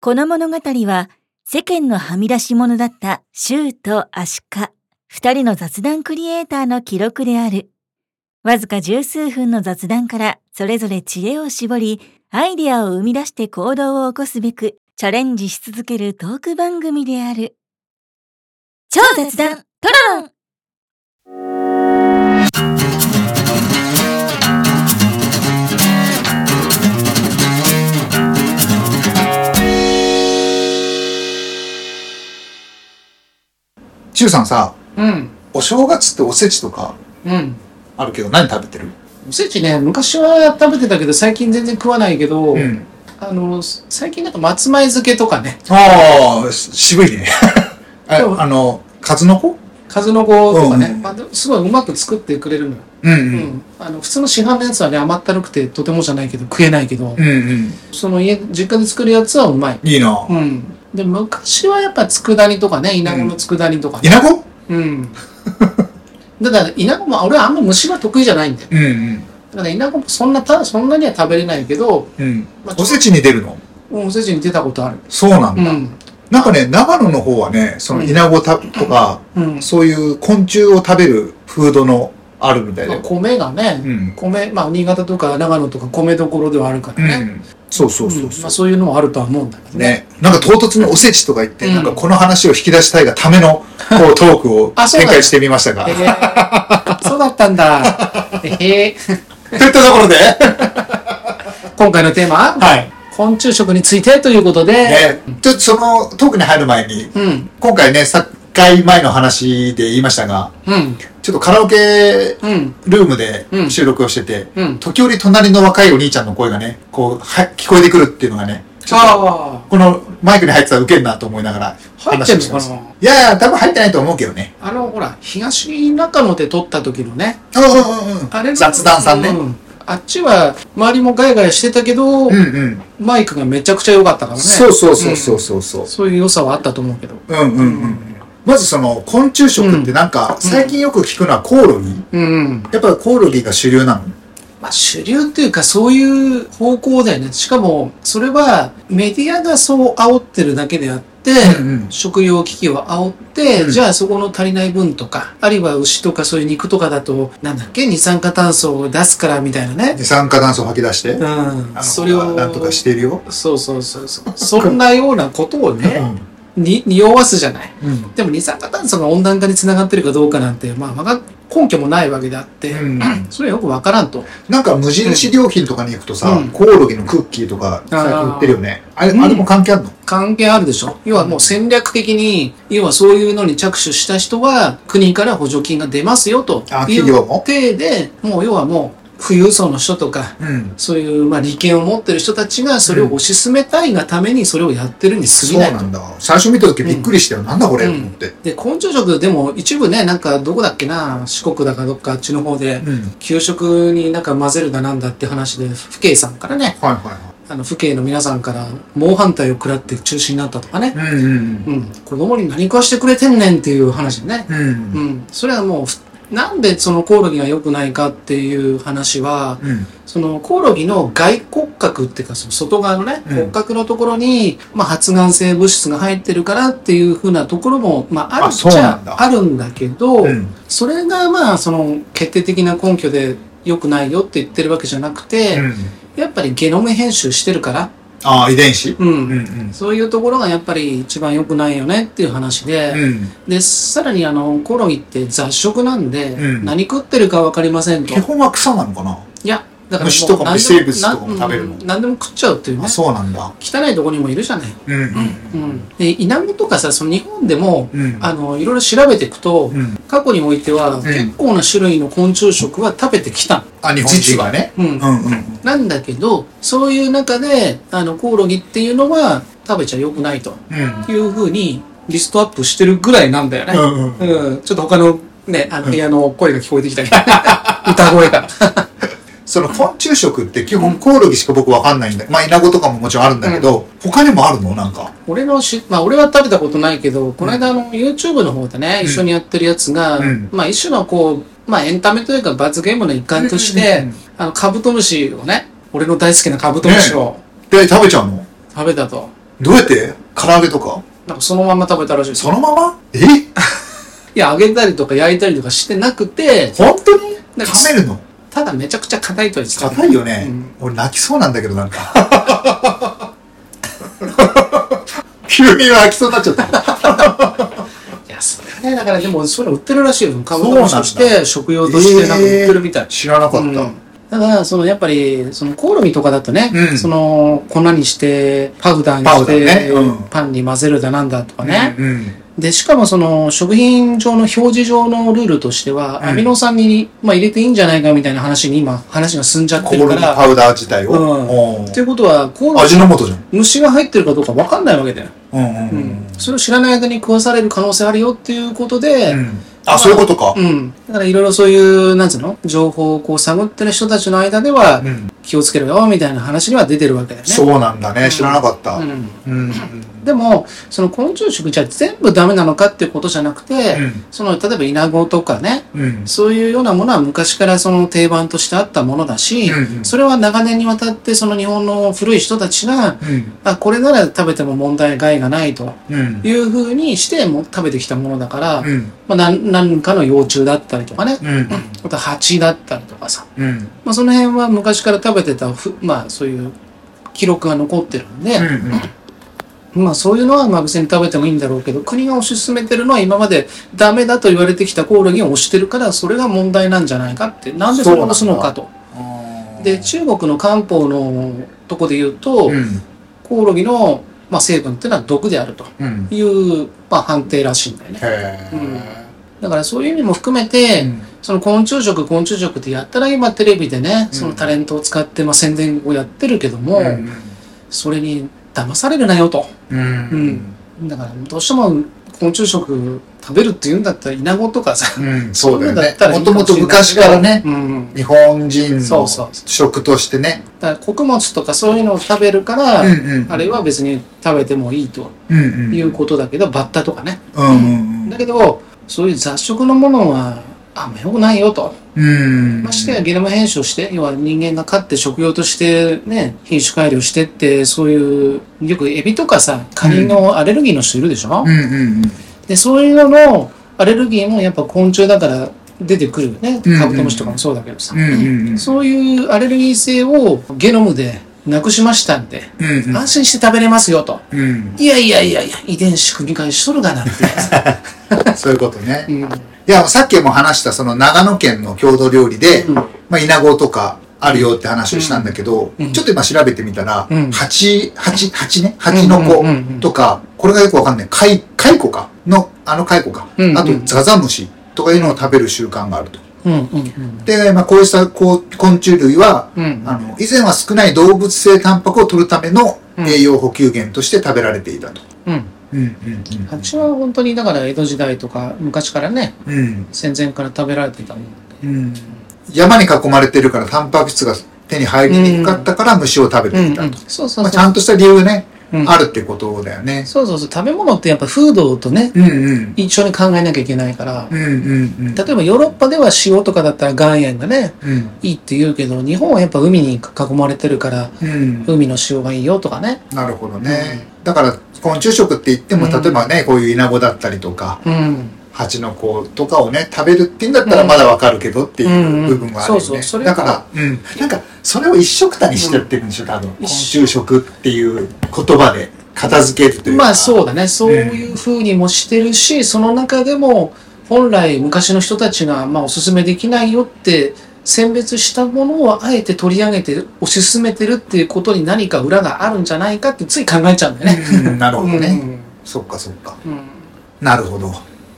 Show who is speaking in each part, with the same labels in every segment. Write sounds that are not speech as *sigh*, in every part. Speaker 1: この物語は世間のはみ出し者だったシューとアシカ、二人の雑談クリエイターの記録である。わずか十数分の雑談からそれぞれ知恵を絞り、アイデアを生み出して行動を起こすべくチャレンジし続けるトーク番組である。超雑談トロロン
Speaker 2: シュウさんさ、
Speaker 3: うん、
Speaker 2: お正月っておせちとか
Speaker 3: うん。
Speaker 2: あるけど何食べてる
Speaker 3: おせちね、昔は食べてたけど、最近全然食わないけど、
Speaker 2: ん。
Speaker 3: あの、最近なんか松前漬けとかね、
Speaker 2: ああ、し渋いね。 *laughs* あ
Speaker 3: そう
Speaker 2: あの、数の子
Speaker 3: 数の子とかね、
Speaker 2: うん
Speaker 3: まあでもすごいうまく作ってくれるのよ。
Speaker 2: うん
Speaker 3: う。あの、普通の市販のやつはね、甘ったるくてとてもじゃないけど、食えないけど、
Speaker 2: うんうん。
Speaker 3: その家、実家で作るやつはうまい。
Speaker 2: いいな
Speaker 3: う。ん。で、昔はやっぱ佃煮とかね、稲子の佃煮とかね。
Speaker 2: 稲子
Speaker 3: うん。だから、稲子も、俺はあんま虫が得意じゃないんだよ。
Speaker 2: うんうん。
Speaker 3: だから、稲子もそんなた、そんなには食べれないけど、
Speaker 2: うん。
Speaker 3: まあ
Speaker 2: おせちに出るの
Speaker 3: うんおせちに出たことある。
Speaker 2: そうなん
Speaker 3: う
Speaker 2: だ。
Speaker 3: ん。
Speaker 2: なんかね、長野の方はね、その稲子たとか、
Speaker 3: うん。
Speaker 2: そういう昆虫を食べるフードのあるみたい
Speaker 3: ま
Speaker 2: だ
Speaker 3: あ
Speaker 2: よ。
Speaker 3: 米がね、
Speaker 2: うん。
Speaker 3: 米、まあ、新潟とか長野とか米どころではあるか
Speaker 2: う
Speaker 3: らね。
Speaker 2: ん。そうそうそ
Speaker 3: ん
Speaker 2: う
Speaker 3: ま
Speaker 2: そ
Speaker 3: あ、
Speaker 2: う。
Speaker 3: そういうのもあるとは思うんだけどね。
Speaker 2: ね。なんか唐突におせちとか言って、
Speaker 3: うん
Speaker 2: なんかこの話を引き出したいがための、こう、トークを
Speaker 3: あそう
Speaker 2: 展
Speaker 3: なんだ
Speaker 2: 開してみましたが
Speaker 3: へ。え *laughs* そうだったんだ。へえ *laughs*
Speaker 2: といったところで、
Speaker 3: 今回のテーマ、
Speaker 2: はい。
Speaker 3: 昆虫食についてということで、
Speaker 2: ね、ちょっとそのトークに入る前に、
Speaker 3: うん、
Speaker 2: 今回ね、さっ回前の話で言いましたが、
Speaker 3: うん、
Speaker 2: ちょっとカラオケ
Speaker 3: うん、
Speaker 2: ルームで
Speaker 3: うん
Speaker 2: 収録をしてて、
Speaker 3: うん。
Speaker 2: 時折隣の若いお兄ちゃんの声がね、こう、は聞こえてくるっていうのがね、ちょっと
Speaker 3: あ
Speaker 2: このマイクに入ってたらウケるなと思いながら
Speaker 3: あ、入って
Speaker 2: 話を
Speaker 3: ん
Speaker 2: してま
Speaker 3: のか
Speaker 2: す。い
Speaker 3: な
Speaker 2: やいや、多分入ってないと思うけどね。
Speaker 3: あの、ほら、東中野で撮った時のね、
Speaker 2: うんうんうんうん。
Speaker 3: あれの
Speaker 2: 雑談さんね
Speaker 3: うあっちは、周りもガヤガヤしてたけど、
Speaker 2: うんうん。
Speaker 3: マイクがめちゃくちゃ良かったからね。
Speaker 2: そうそうそうそうそうそう。
Speaker 3: そういう良さはあったと思うけど。
Speaker 2: うんうんうん。まずその昆虫食ってなんか、最近よく聞くのはコオロギ。
Speaker 3: うん。
Speaker 2: やっぱりコオロギが主流なの
Speaker 3: まあ、主流っていうか、そういう方向だよね。しかも、それはメディアがそう煽ってるだけであって、
Speaker 2: うんうん
Speaker 3: 食用危機を煽って、
Speaker 2: うん
Speaker 3: じゃあそこの足りない分とか、あるいは牛とかそういう肉とかだと、なんだっけ、二酸化炭素を出すからみたいなね。
Speaker 2: 二酸化炭素を吐き出して、
Speaker 3: う
Speaker 2: あ
Speaker 3: ん。
Speaker 2: の
Speaker 3: それを、
Speaker 2: なんとかしてるよ。
Speaker 3: そうそうそうそう。そんなようなことをね、
Speaker 2: う
Speaker 3: に、匂わすじゃない。
Speaker 2: んうん
Speaker 3: でも二酸化炭素が温暖化につながってるかどうかなんて、まあ、わか根拠もないわけであって、
Speaker 2: うん
Speaker 3: それはよくわからんと。
Speaker 2: なんか無印良品とかに行くとさ、
Speaker 3: うん
Speaker 2: コオロギのクッキーとか最近売ってるよね。あれ、あれも関係あるの、
Speaker 3: 関係あるでしょ要はもう手的に、要はそういうのに着手した人は、国から補助金が出ますよと
Speaker 2: あ
Speaker 3: い
Speaker 2: 企業
Speaker 3: う
Speaker 2: も
Speaker 3: 体で、もう要はもう、富裕層の人とか、
Speaker 2: うん。
Speaker 3: そういうまあ利権を持ってる人たちがそれを推し進めたいがためにそれをやってるに過
Speaker 2: そ
Speaker 3: ぎ
Speaker 2: う
Speaker 3: ない
Speaker 2: なんだ。最初見た時びっくりしたよ。なんだこれ、
Speaker 3: うん
Speaker 2: と思って。
Speaker 3: で、昆虫食でも一部ね、なんかどこだっけな、四国だかどっかあっちの方で、
Speaker 2: うん。
Speaker 3: 給食になんか混ぜるだなんだって話で、父兄さんからね、
Speaker 2: はいは
Speaker 3: あの、父兄の皆さんから猛反対を食らって中止になったとかね
Speaker 2: い。はい。うんうん
Speaker 3: うん、子供に何食わしてくれてんねんっていう話でね。
Speaker 2: うん。うん
Speaker 3: う。ん、それはもうふ、なんでそのコオロギが良くないかっていう話は、
Speaker 2: うん。
Speaker 3: そのコオロギの外骨格っていうか、その外側のね、
Speaker 2: うん
Speaker 3: 骨格のところに、まあ発がん性物質が入ってるからっていうふうなところも、まああ
Speaker 2: あ
Speaker 3: るっち
Speaker 2: そうな
Speaker 3: ゃ
Speaker 2: んだ
Speaker 3: あるんだけど、
Speaker 2: うん。
Speaker 3: それがまあその決定的な根拠で良くないよって言ってるわけじゃなくて、
Speaker 2: うん。
Speaker 3: やっぱりゲノム編集してるから、
Speaker 2: ああ、遺伝子。
Speaker 3: う、
Speaker 2: うんん
Speaker 3: そういうところがやっぱり一番良くないよねっていう話で、
Speaker 2: うん。うん。
Speaker 3: で、さらにあの、コオロギって雑食なんで、
Speaker 2: うん
Speaker 3: 何食ってるかわかりませんと。
Speaker 2: 基
Speaker 3: い
Speaker 2: 本は草なのかな、
Speaker 3: や、だからもう
Speaker 2: 虫とかも
Speaker 3: 何でも
Speaker 2: 微生物とかも食べるの
Speaker 3: なん何でも食っちゃうっていうね
Speaker 2: あ、。そうなんだ。
Speaker 3: 汚いところにもいるじゃない。
Speaker 2: うん
Speaker 3: うん。で、稲子とかさ、その日本でも、
Speaker 2: うん。うん。
Speaker 3: あの、いろいろ調べていくと、
Speaker 2: うん。
Speaker 3: 過去においては、結構な種類の昆虫食は食べてきた。
Speaker 2: あ、日本人がね。
Speaker 3: うん。
Speaker 2: うんうん。
Speaker 3: なんだけど、そういう中で、あの、コオロギっていうのは食べちゃ良くないと
Speaker 2: うん。
Speaker 3: いうふうにリストアップしてるぐらいなんだよね。
Speaker 2: うんうん。
Speaker 3: うん、ちょっと他のね、あの部屋の声が聞こえて
Speaker 2: *laughs*
Speaker 3: きたり、歌声が。
Speaker 2: その昆虫食って基本コオロギしか僕わかんないんだまあ、イナゴとかももちろんあるんだけど、他にもあるのなんか。
Speaker 3: 俺のし、まあ俺は食べたことないけど、この間あの YouTube の方でね、
Speaker 2: うん
Speaker 3: 一緒にやってるやつが、
Speaker 2: うん
Speaker 3: まあ一種のこう、まあエンタメというか罰ゲームの一環として、
Speaker 2: うんうんうん
Speaker 3: あのカブトムシをね、俺の大好きなカブトムシを
Speaker 2: で、食べちゃうの
Speaker 3: 食べたと。
Speaker 2: どうやって唐揚げとか
Speaker 3: なんかそのまま食べたらしいです
Speaker 2: そ
Speaker 3: よ。
Speaker 2: のままえ
Speaker 3: いや、揚げたりとか焼いたりとかしてなくて、
Speaker 2: 本当に
Speaker 3: なんか
Speaker 2: 冷めるの
Speaker 3: ただめちゃくちゃ硬いとは言ってた
Speaker 2: 硬いよね、
Speaker 3: うん
Speaker 2: 俺泣きそうなんだけどなんか急に泣きそうになっちゃ
Speaker 3: *laughs*
Speaker 2: った
Speaker 3: いや、それはね、だからでも、それ売ってるらしいよ。株
Speaker 2: そうなんだ
Speaker 3: 価として、食用として、なんか売ってるみたい。
Speaker 2: 知らなかった、
Speaker 3: うんただ、その、やっぱり、その、コオロギとかだとね、
Speaker 2: うん
Speaker 3: その、粉にして、パウダーに
Speaker 2: パウ
Speaker 3: し
Speaker 2: ダーね
Speaker 3: て、
Speaker 2: うん
Speaker 3: パンに混ぜるだなんだとかね。
Speaker 2: うんうん
Speaker 3: で、しかもその、食品上の表示上のルールとしては、
Speaker 2: うん
Speaker 3: アミノ酸に、まあ、入れていいんじゃないかみたいな話に今、話が進んじゃっ
Speaker 2: コ
Speaker 3: て
Speaker 2: ー
Speaker 3: る
Speaker 2: ルの
Speaker 3: から、
Speaker 2: パウダー自体を、
Speaker 3: うん
Speaker 2: おー
Speaker 3: ということは、コオロギ、
Speaker 2: 味の素じゃん
Speaker 3: 虫が入ってるかどうかわかんないわけだよ。
Speaker 2: うんうん
Speaker 3: う
Speaker 2: うんん、
Speaker 3: それを知らない間に食わされる可能性あるよっていうことで、
Speaker 2: うんあそういうことか、
Speaker 3: うん。だからいろいろそういう、なんつうの情報をこう探ってる人たちの間では
Speaker 2: うん
Speaker 3: 気をつけろよ、みたいな話には出てるわけだよね。
Speaker 2: そうなんだね、知らなかった、
Speaker 3: うん。
Speaker 2: うん
Speaker 3: でも、その昆虫食じゃ全部ダメなのかっていうことじゃなくて、
Speaker 2: うん
Speaker 3: その、例えばイナゴとかね、
Speaker 2: うん
Speaker 3: そういうようなものは昔からその定番としてあったものだし、
Speaker 2: うんうん
Speaker 3: それは長年にわたってその日本の古い人たちが、
Speaker 2: うん
Speaker 3: あ、これなら食べても問題害がないと
Speaker 2: うん
Speaker 3: いうふうにしても食べてきたものだから、
Speaker 2: うん
Speaker 3: まあ、なん何かの幼虫だったりとかね、
Speaker 2: うん
Speaker 3: あと蜂だったりとかさ、
Speaker 2: うんうん
Speaker 3: まあ、その辺は昔から食べてたふ、まあ、そういう記録が残ってるんで、まあ、そういうのはまあ別に食べてもいいんだろうけど国が推し進めてるのは今までダメだと言われてきたコオロギを推してるからそれが問題なんじゃないかってなんでそれを推すのかと。
Speaker 2: うん
Speaker 3: で中国の漢方のとこで言うと、
Speaker 2: うん
Speaker 3: コオロギの、まあ、成分っていうのは毒であると
Speaker 2: うん
Speaker 3: いう、まあ、判定らしいんだよね。
Speaker 2: へえ、
Speaker 3: だからそういう意味も含めて、その昆虫食、昆虫食ってやったら今テレビでね、
Speaker 2: うん
Speaker 3: そのタレントを使って、まあ、宣伝をやってるけども、
Speaker 2: うん
Speaker 3: それに騙されるなよと。
Speaker 2: うん
Speaker 3: うんだからどうしても昆虫食食べるって言うんだったらイナゴとかさ、
Speaker 2: うん、そうだよ
Speaker 3: そういうのだ
Speaker 2: ね
Speaker 3: ったらいい
Speaker 2: もと
Speaker 3: かも
Speaker 2: もと
Speaker 3: しれないけ
Speaker 2: 昔
Speaker 3: ど
Speaker 2: からね
Speaker 3: うん。
Speaker 2: 日本人
Speaker 3: そ
Speaker 2: の
Speaker 3: うそう
Speaker 2: 食としてね
Speaker 3: だから穀物とかそういうのを食べるから、
Speaker 2: うんうん
Speaker 3: あれは別に食べてもいいと
Speaker 2: うんうん
Speaker 3: いうことだけど、バッタとかね。
Speaker 2: うんうん
Speaker 3: だけど、そういう雑食のものは、あんま良くないよと。
Speaker 2: うん
Speaker 3: ましてやゲノム編集をして、要は人間が飼って食用としてね、品種改良してって、そういう、よくエビとかさ、カニのアレルギーの人いるでしょ、
Speaker 2: うんうん
Speaker 3: で、そういうののアレルギーもやっぱ昆虫だから出てくるよね。
Speaker 2: うんうん
Speaker 3: カブトムシとかもそうだけどさ
Speaker 2: うんう。んうん
Speaker 3: そういうアレルギー性をゲノムでなくしましたんで、
Speaker 2: うん
Speaker 3: 安心して食べれますよと。
Speaker 2: うん
Speaker 3: いやいやいやいや、遺伝子組み換えしとる
Speaker 2: *laughs*
Speaker 3: がなって。
Speaker 2: そういうことね
Speaker 3: うん。うん。
Speaker 2: いやさっきも話したその長野県の郷土料理でまあイナゴとかあるよって話をしたんだけど
Speaker 3: うん
Speaker 2: ちょっと今調べてみたら
Speaker 3: うん
Speaker 2: 蜂蜂蜂ね蜂の子
Speaker 3: うんうんうんうん
Speaker 2: とかこれがよくわかんない貝貝子かのあの蚕か
Speaker 3: うんうん
Speaker 2: あとザザムシとかいうのを食べる習慣があると
Speaker 3: うんうん
Speaker 2: で、まあ、こうしたこう昆虫類は、
Speaker 3: うん。うん。
Speaker 2: あの、以前は少ない動物性タンパクを取るための
Speaker 3: うん
Speaker 2: 栄養補給源として食べられていたと。
Speaker 3: うん。
Speaker 2: うん、うん、
Speaker 3: 蜂は本当にだから江戸時代とか昔からね
Speaker 2: うん。うん、
Speaker 3: 戦前から食べられていたもん
Speaker 2: うん。山に囲まれてるからタンパク質が手に入りにくかったから虫を食べていたと。
Speaker 3: そうそう
Speaker 2: まあ、ち
Speaker 3: そ
Speaker 2: ゃ
Speaker 3: うん
Speaker 2: とした理由ね、
Speaker 3: うん
Speaker 2: あるってことだよね。
Speaker 3: そうそうそう食べ物ってやっぱ風土とね
Speaker 2: うん、うん。
Speaker 3: 一緒に考えなきゃいけないから
Speaker 2: うん、うん、うん。
Speaker 3: 例えばヨーロッパでは塩とかだったら岩塩がね
Speaker 2: うん、
Speaker 3: いいって言うけど日本はやっぱ海に囲まれてるから
Speaker 2: うん。
Speaker 3: 海の塩がいいよとかね
Speaker 2: なるほどね。だから、昆虫食って言っても、例えばね、こういうイナゴだったりとか、
Speaker 3: うん
Speaker 2: 蜂の子とかをね食べるって言うんだったら
Speaker 3: うん
Speaker 2: まだわかるけどっていう部分はあるよ
Speaker 3: うんうんそうそう
Speaker 2: ね
Speaker 3: それは
Speaker 2: だから、うん、なんかそれを一緒くたにしてやってるんでしょ多分昆
Speaker 3: 一緒
Speaker 2: 虫食っていう言葉で片付けるというか
Speaker 3: まあそうだねそういうふうにもしてるしその中でも本来昔の人たちがまあおすすめできないよって選別したものをあえて取り上げて推し進めてるっていうことに何か裏があるんじゃないかってつい考えちゃうんだよね。
Speaker 2: うんなるほどね、
Speaker 3: ね
Speaker 2: そっかそっか
Speaker 3: うん
Speaker 2: なるほど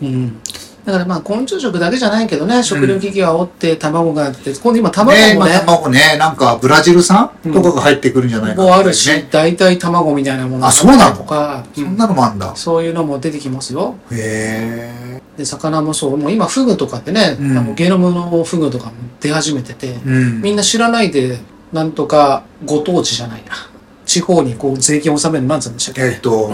Speaker 3: うんだからまあ昆虫食だけじゃないけどね食料危機がおって卵があって今度今卵も
Speaker 2: ねまあ
Speaker 3: ね
Speaker 2: 卵ねなんかブラジル産
Speaker 3: うん
Speaker 2: とかが入ってくるんじゃないか
Speaker 3: もうある
Speaker 2: ね
Speaker 3: し大体卵みたいなものが
Speaker 2: あそうなの
Speaker 3: とかう
Speaker 2: そん
Speaker 3: ん
Speaker 2: なのもあんだ
Speaker 3: そういうのも出てきますよ。
Speaker 2: へえ
Speaker 3: で魚もそうもう今フグとかってね、
Speaker 2: うん
Speaker 3: あのゲノムのフグとかも出始めてて、
Speaker 2: うん
Speaker 3: みんな知らないでなんとかご当地じゃないな地方にこう税金を納めるなんつうんでしたっけ、
Speaker 2: えっと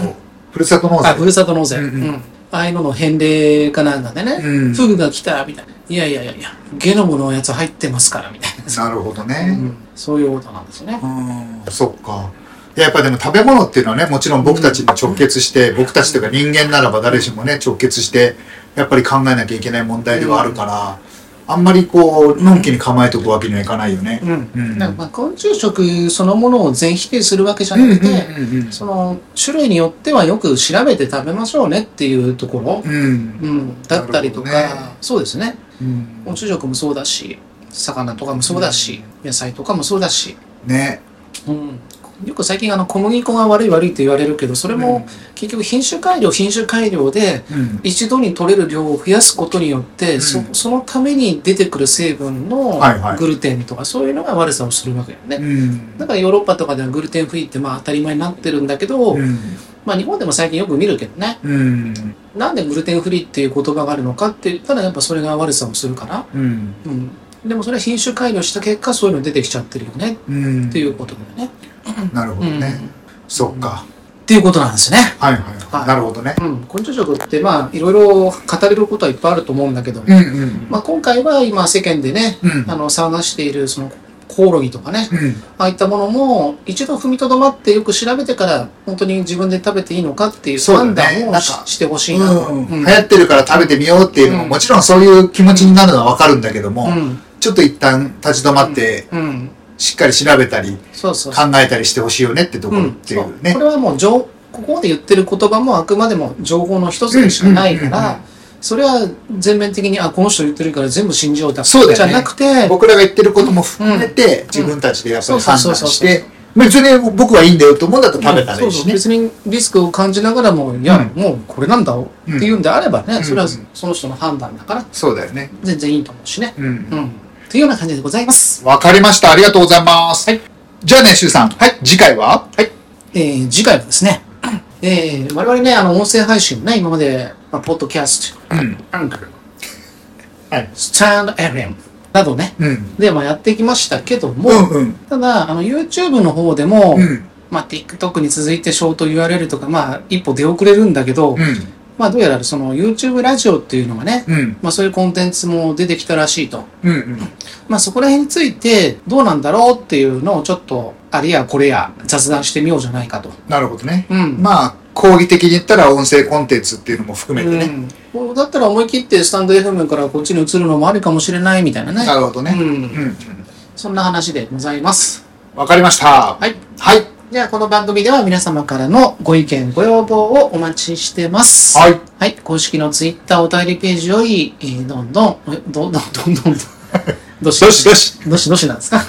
Speaker 2: ふるさと納
Speaker 3: あふ
Speaker 2: 税
Speaker 3: るさと納税、
Speaker 2: うんうん
Speaker 3: うんああいうのの返礼かなんかでね、
Speaker 2: うん
Speaker 3: フグが来たみたいないやいやいやいやゲノムのやつ入ってますからみたいな、
Speaker 2: なるほどね
Speaker 3: うんそういうことなんですね
Speaker 2: うんそっか。いややっぱでも食べ物っていうのはね、もちろん僕たちに直結して、僕たちというか人間ならば誰しもね、直結して、やっぱり考えなきゃいけない問題ではあるから、あんまりこう、のんきに構えておくわけにはいかないよね。
Speaker 3: うん
Speaker 2: うん
Speaker 3: なんかまあ昆虫食そのものを全否定するわけじゃなくて、
Speaker 2: うんうん
Speaker 3: その種類によってはよく調べて食べましょうねっていうところ、
Speaker 2: うん
Speaker 3: うん、だったりとか、
Speaker 2: なるほどね
Speaker 3: そうですね
Speaker 2: うん
Speaker 3: 昆虫食もそうだし魚とかもそうだし、野菜とかもそうだし、
Speaker 2: ね。
Speaker 3: うん、よく最近あの小麦粉が悪い悪いって言われるけどそれも結局品種改良品種改良で
Speaker 2: うん、
Speaker 3: 一度に取れる量を増やすことによって、
Speaker 2: うん
Speaker 3: そそのために出てくる成分の
Speaker 2: はいはい
Speaker 3: グルテンとかそういうのが悪さをするわけよね。
Speaker 2: うん
Speaker 3: だからヨーロッパとかではグルテンフリーってまあ当たり前になってるんだけど、
Speaker 2: うん
Speaker 3: まあ日本でも最近よく見るけどね、
Speaker 2: うん
Speaker 3: なんでグルテンフリーっていう言葉があるのかって言ったらやっぱそれが悪さをするから、
Speaker 2: うん
Speaker 3: うん。でもそれは品種改良した結果そういうの出てきちゃってるよね
Speaker 2: うん
Speaker 3: っていうことだよね。
Speaker 2: なるほ
Speaker 3: う
Speaker 2: ど
Speaker 3: ん。っ
Speaker 2: ね、そっか
Speaker 3: ていうことなんですね。
Speaker 2: はいはい、
Speaker 3: はい
Speaker 2: なるほどね
Speaker 3: うん。昆虫食ってまあいろいろ語れることはいっぱいあると思うんだけど、
Speaker 2: うんうん
Speaker 3: まあ今回は今世間でね、
Speaker 2: うん
Speaker 3: あの探しているそのコオロギとかね、
Speaker 2: うん
Speaker 3: ああいったものも一度踏みとどまってよく調べてから本当に自分で食べていいのかっていう
Speaker 2: そうだね
Speaker 3: 判断
Speaker 2: なん
Speaker 3: をし,、
Speaker 2: か
Speaker 3: てほしいなと。
Speaker 2: うん
Speaker 3: う
Speaker 2: 流
Speaker 3: ん
Speaker 2: 行ってるから食べてみようっていうのも、
Speaker 3: うん
Speaker 2: もちろんそういう気持ちになるのはわかるんだけども、
Speaker 3: うん
Speaker 2: ちょっと一旦立ち止まって、
Speaker 3: うん、
Speaker 2: しっかり調べたり、
Speaker 3: そうそう
Speaker 2: 考えたりしてほしいよねってとこ
Speaker 3: う
Speaker 2: ろっ
Speaker 3: ん
Speaker 2: てい
Speaker 3: そう
Speaker 2: うね。
Speaker 3: これはもう情ここで言ってる言葉もあくまでも情報の一つでしかないから、
Speaker 2: うんうんうん
Speaker 3: それは全面的にあこの人言ってるから全部信じようだ
Speaker 2: そうだ
Speaker 3: じ
Speaker 2: よ
Speaker 3: ゃ
Speaker 2: ね
Speaker 3: なくて
Speaker 2: 僕らが言ってることも含めて、自分たちでやっぱり判
Speaker 3: そう
Speaker 2: 断
Speaker 3: そうそう
Speaker 2: し
Speaker 3: そう
Speaker 2: て、別に僕はいいんだよと思うんだったら食べたらいい
Speaker 3: そう
Speaker 2: し
Speaker 3: そう
Speaker 2: ね。
Speaker 3: 別にリスクを感じながらもいや、
Speaker 2: うん
Speaker 3: もうこれなんだっていうんであればね、
Speaker 2: ん
Speaker 3: それは
Speaker 2: うん
Speaker 3: その人の判断だから
Speaker 2: そうだよね。
Speaker 3: 全然いいと思うしね。
Speaker 2: うん
Speaker 3: うん。というような感じでございます。
Speaker 2: わかりました。ありがとうございます。
Speaker 3: はい
Speaker 2: じゃあね、シュウさん。はい。次回ははい。
Speaker 3: えー、次回はですね、えー、我々ね、あの、音声配信ね、今まで、まあ、ポッドキャス
Speaker 2: う
Speaker 3: ト、
Speaker 2: ん。
Speaker 3: アンカル、
Speaker 2: はい。
Speaker 3: スタンド FM などね、
Speaker 2: うん。
Speaker 3: で、まあ、やってきましたけども、
Speaker 2: うんうん。
Speaker 3: ただ、あの、YouTube の方でも、
Speaker 2: うん。
Speaker 3: まあ、TikTok に続いてショート URL とか、まあ、一歩出遅れるんだけど、
Speaker 2: うん。
Speaker 3: まあ、どうやらその YouTube ラジオっていうのがね、
Speaker 2: うん。
Speaker 3: まあ、そういうコンテンツも出てきたらしいと。
Speaker 2: うん。うん。
Speaker 3: まあ、そこら辺について、どうなんだろうっていうのをちょっと、あれやこれや雑談してみようじゃないかと。
Speaker 2: なるほどね。
Speaker 3: うん。
Speaker 2: まあ、講義的に言ったら音声コンテンツっていうのも含めてね。
Speaker 3: うん、だったら思い切ってスタンド FM からこっちに移るのもありかもしれないみたいなね。
Speaker 2: なるほどね。
Speaker 3: う
Speaker 2: うん
Speaker 3: ん。そんな話でございます。
Speaker 2: わかりました。
Speaker 3: はい。
Speaker 2: はい。
Speaker 3: じゃあ、この番組では皆様からのご意見、ご要望をお待ちしてます。
Speaker 2: はい。
Speaker 3: はい。公式のツイッターお便りページより、えーどんどん、えどんどん、どんどん、どし
Speaker 2: どしどし。
Speaker 3: どしどしなんですか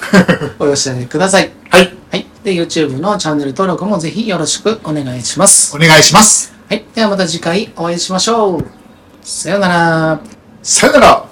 Speaker 3: お寄せください。
Speaker 2: はい。
Speaker 3: はい。で、YouTube のチャンネル登録もぜひよろしくお願いします
Speaker 2: お。願いします。
Speaker 3: はい。ではまた次回お会いしましょう。さようなら。
Speaker 2: さよなら。